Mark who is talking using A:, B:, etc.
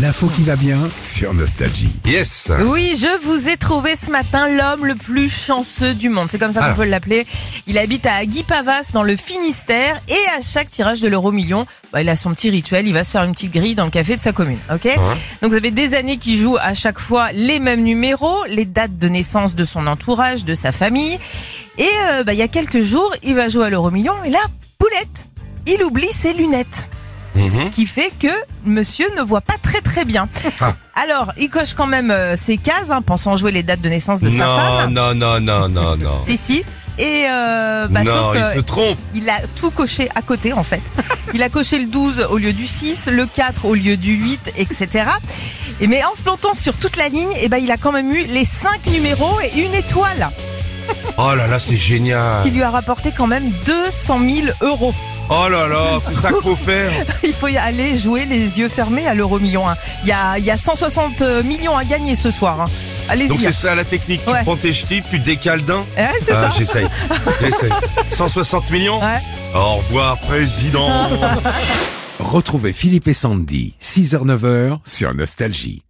A: L'info qui va bien sur Nostalgie.
B: Yes
C: Oui, je vous ai trouvé ce matin l'homme le plus chanceux du monde. C'est comme ça qu'on
B: Ah.
C: peut l'appeler. Il habite à Aguipavas dans le Finistère et à chaque tirage de l'euro million, bah, il a son petit rituel. Il va se faire une petite grille dans le café de sa commune. Ok Donc vous avez des années qui jouent à chaque fois les mêmes numéros, les dates de naissance de son entourage, de sa famille. Et euh, bah, il y a quelques jours, il va jouer à l'euro million et là, poulette, il oublie ses lunettes
B: Mhm.
C: qui fait que monsieur ne voit pas très très bien.
B: Ah.
C: Alors, il coche quand même euh, ses cases, hein, pensant jouer les dates de naissance de sa
B: Non,
C: femme.
B: non, non, non, non, non.
C: Si, si. Et euh, bah,
B: non,
C: sauf
B: il se
C: que
B: trompe.
C: il a tout coché à côté en fait. Il a coché le 12 au lieu du 6, le 4 au lieu du 8, etc. Et mais en se plantant sur toute la ligne, et ben il a quand même eu les 5 numéros et une étoile
B: Oh là là, c'est
C: qui
B: génial.
C: lui a rapporté quand même 200 000 euros.
B: Oh là là, c'est ça qu'il faut faire.
C: Il faut y aller jouer les yeux fermés à l'euro million. hein. Il y a, il y a 160 millions à gagner ce soir. hein.
B: Donc
C: Allez-y.
B: c'est ça la technique. Tu
C: Ouais.
B: prends tes ch'tifs, tu décales d'un.
C: Eh, c'est
B: Ah,
C: ça.
B: J'essaye. J'essaye. 160 millions
C: Ouais.
B: Au revoir, président.
A: Retrouvez Philippe et Sandy, 6h-9h sur Nostalgie.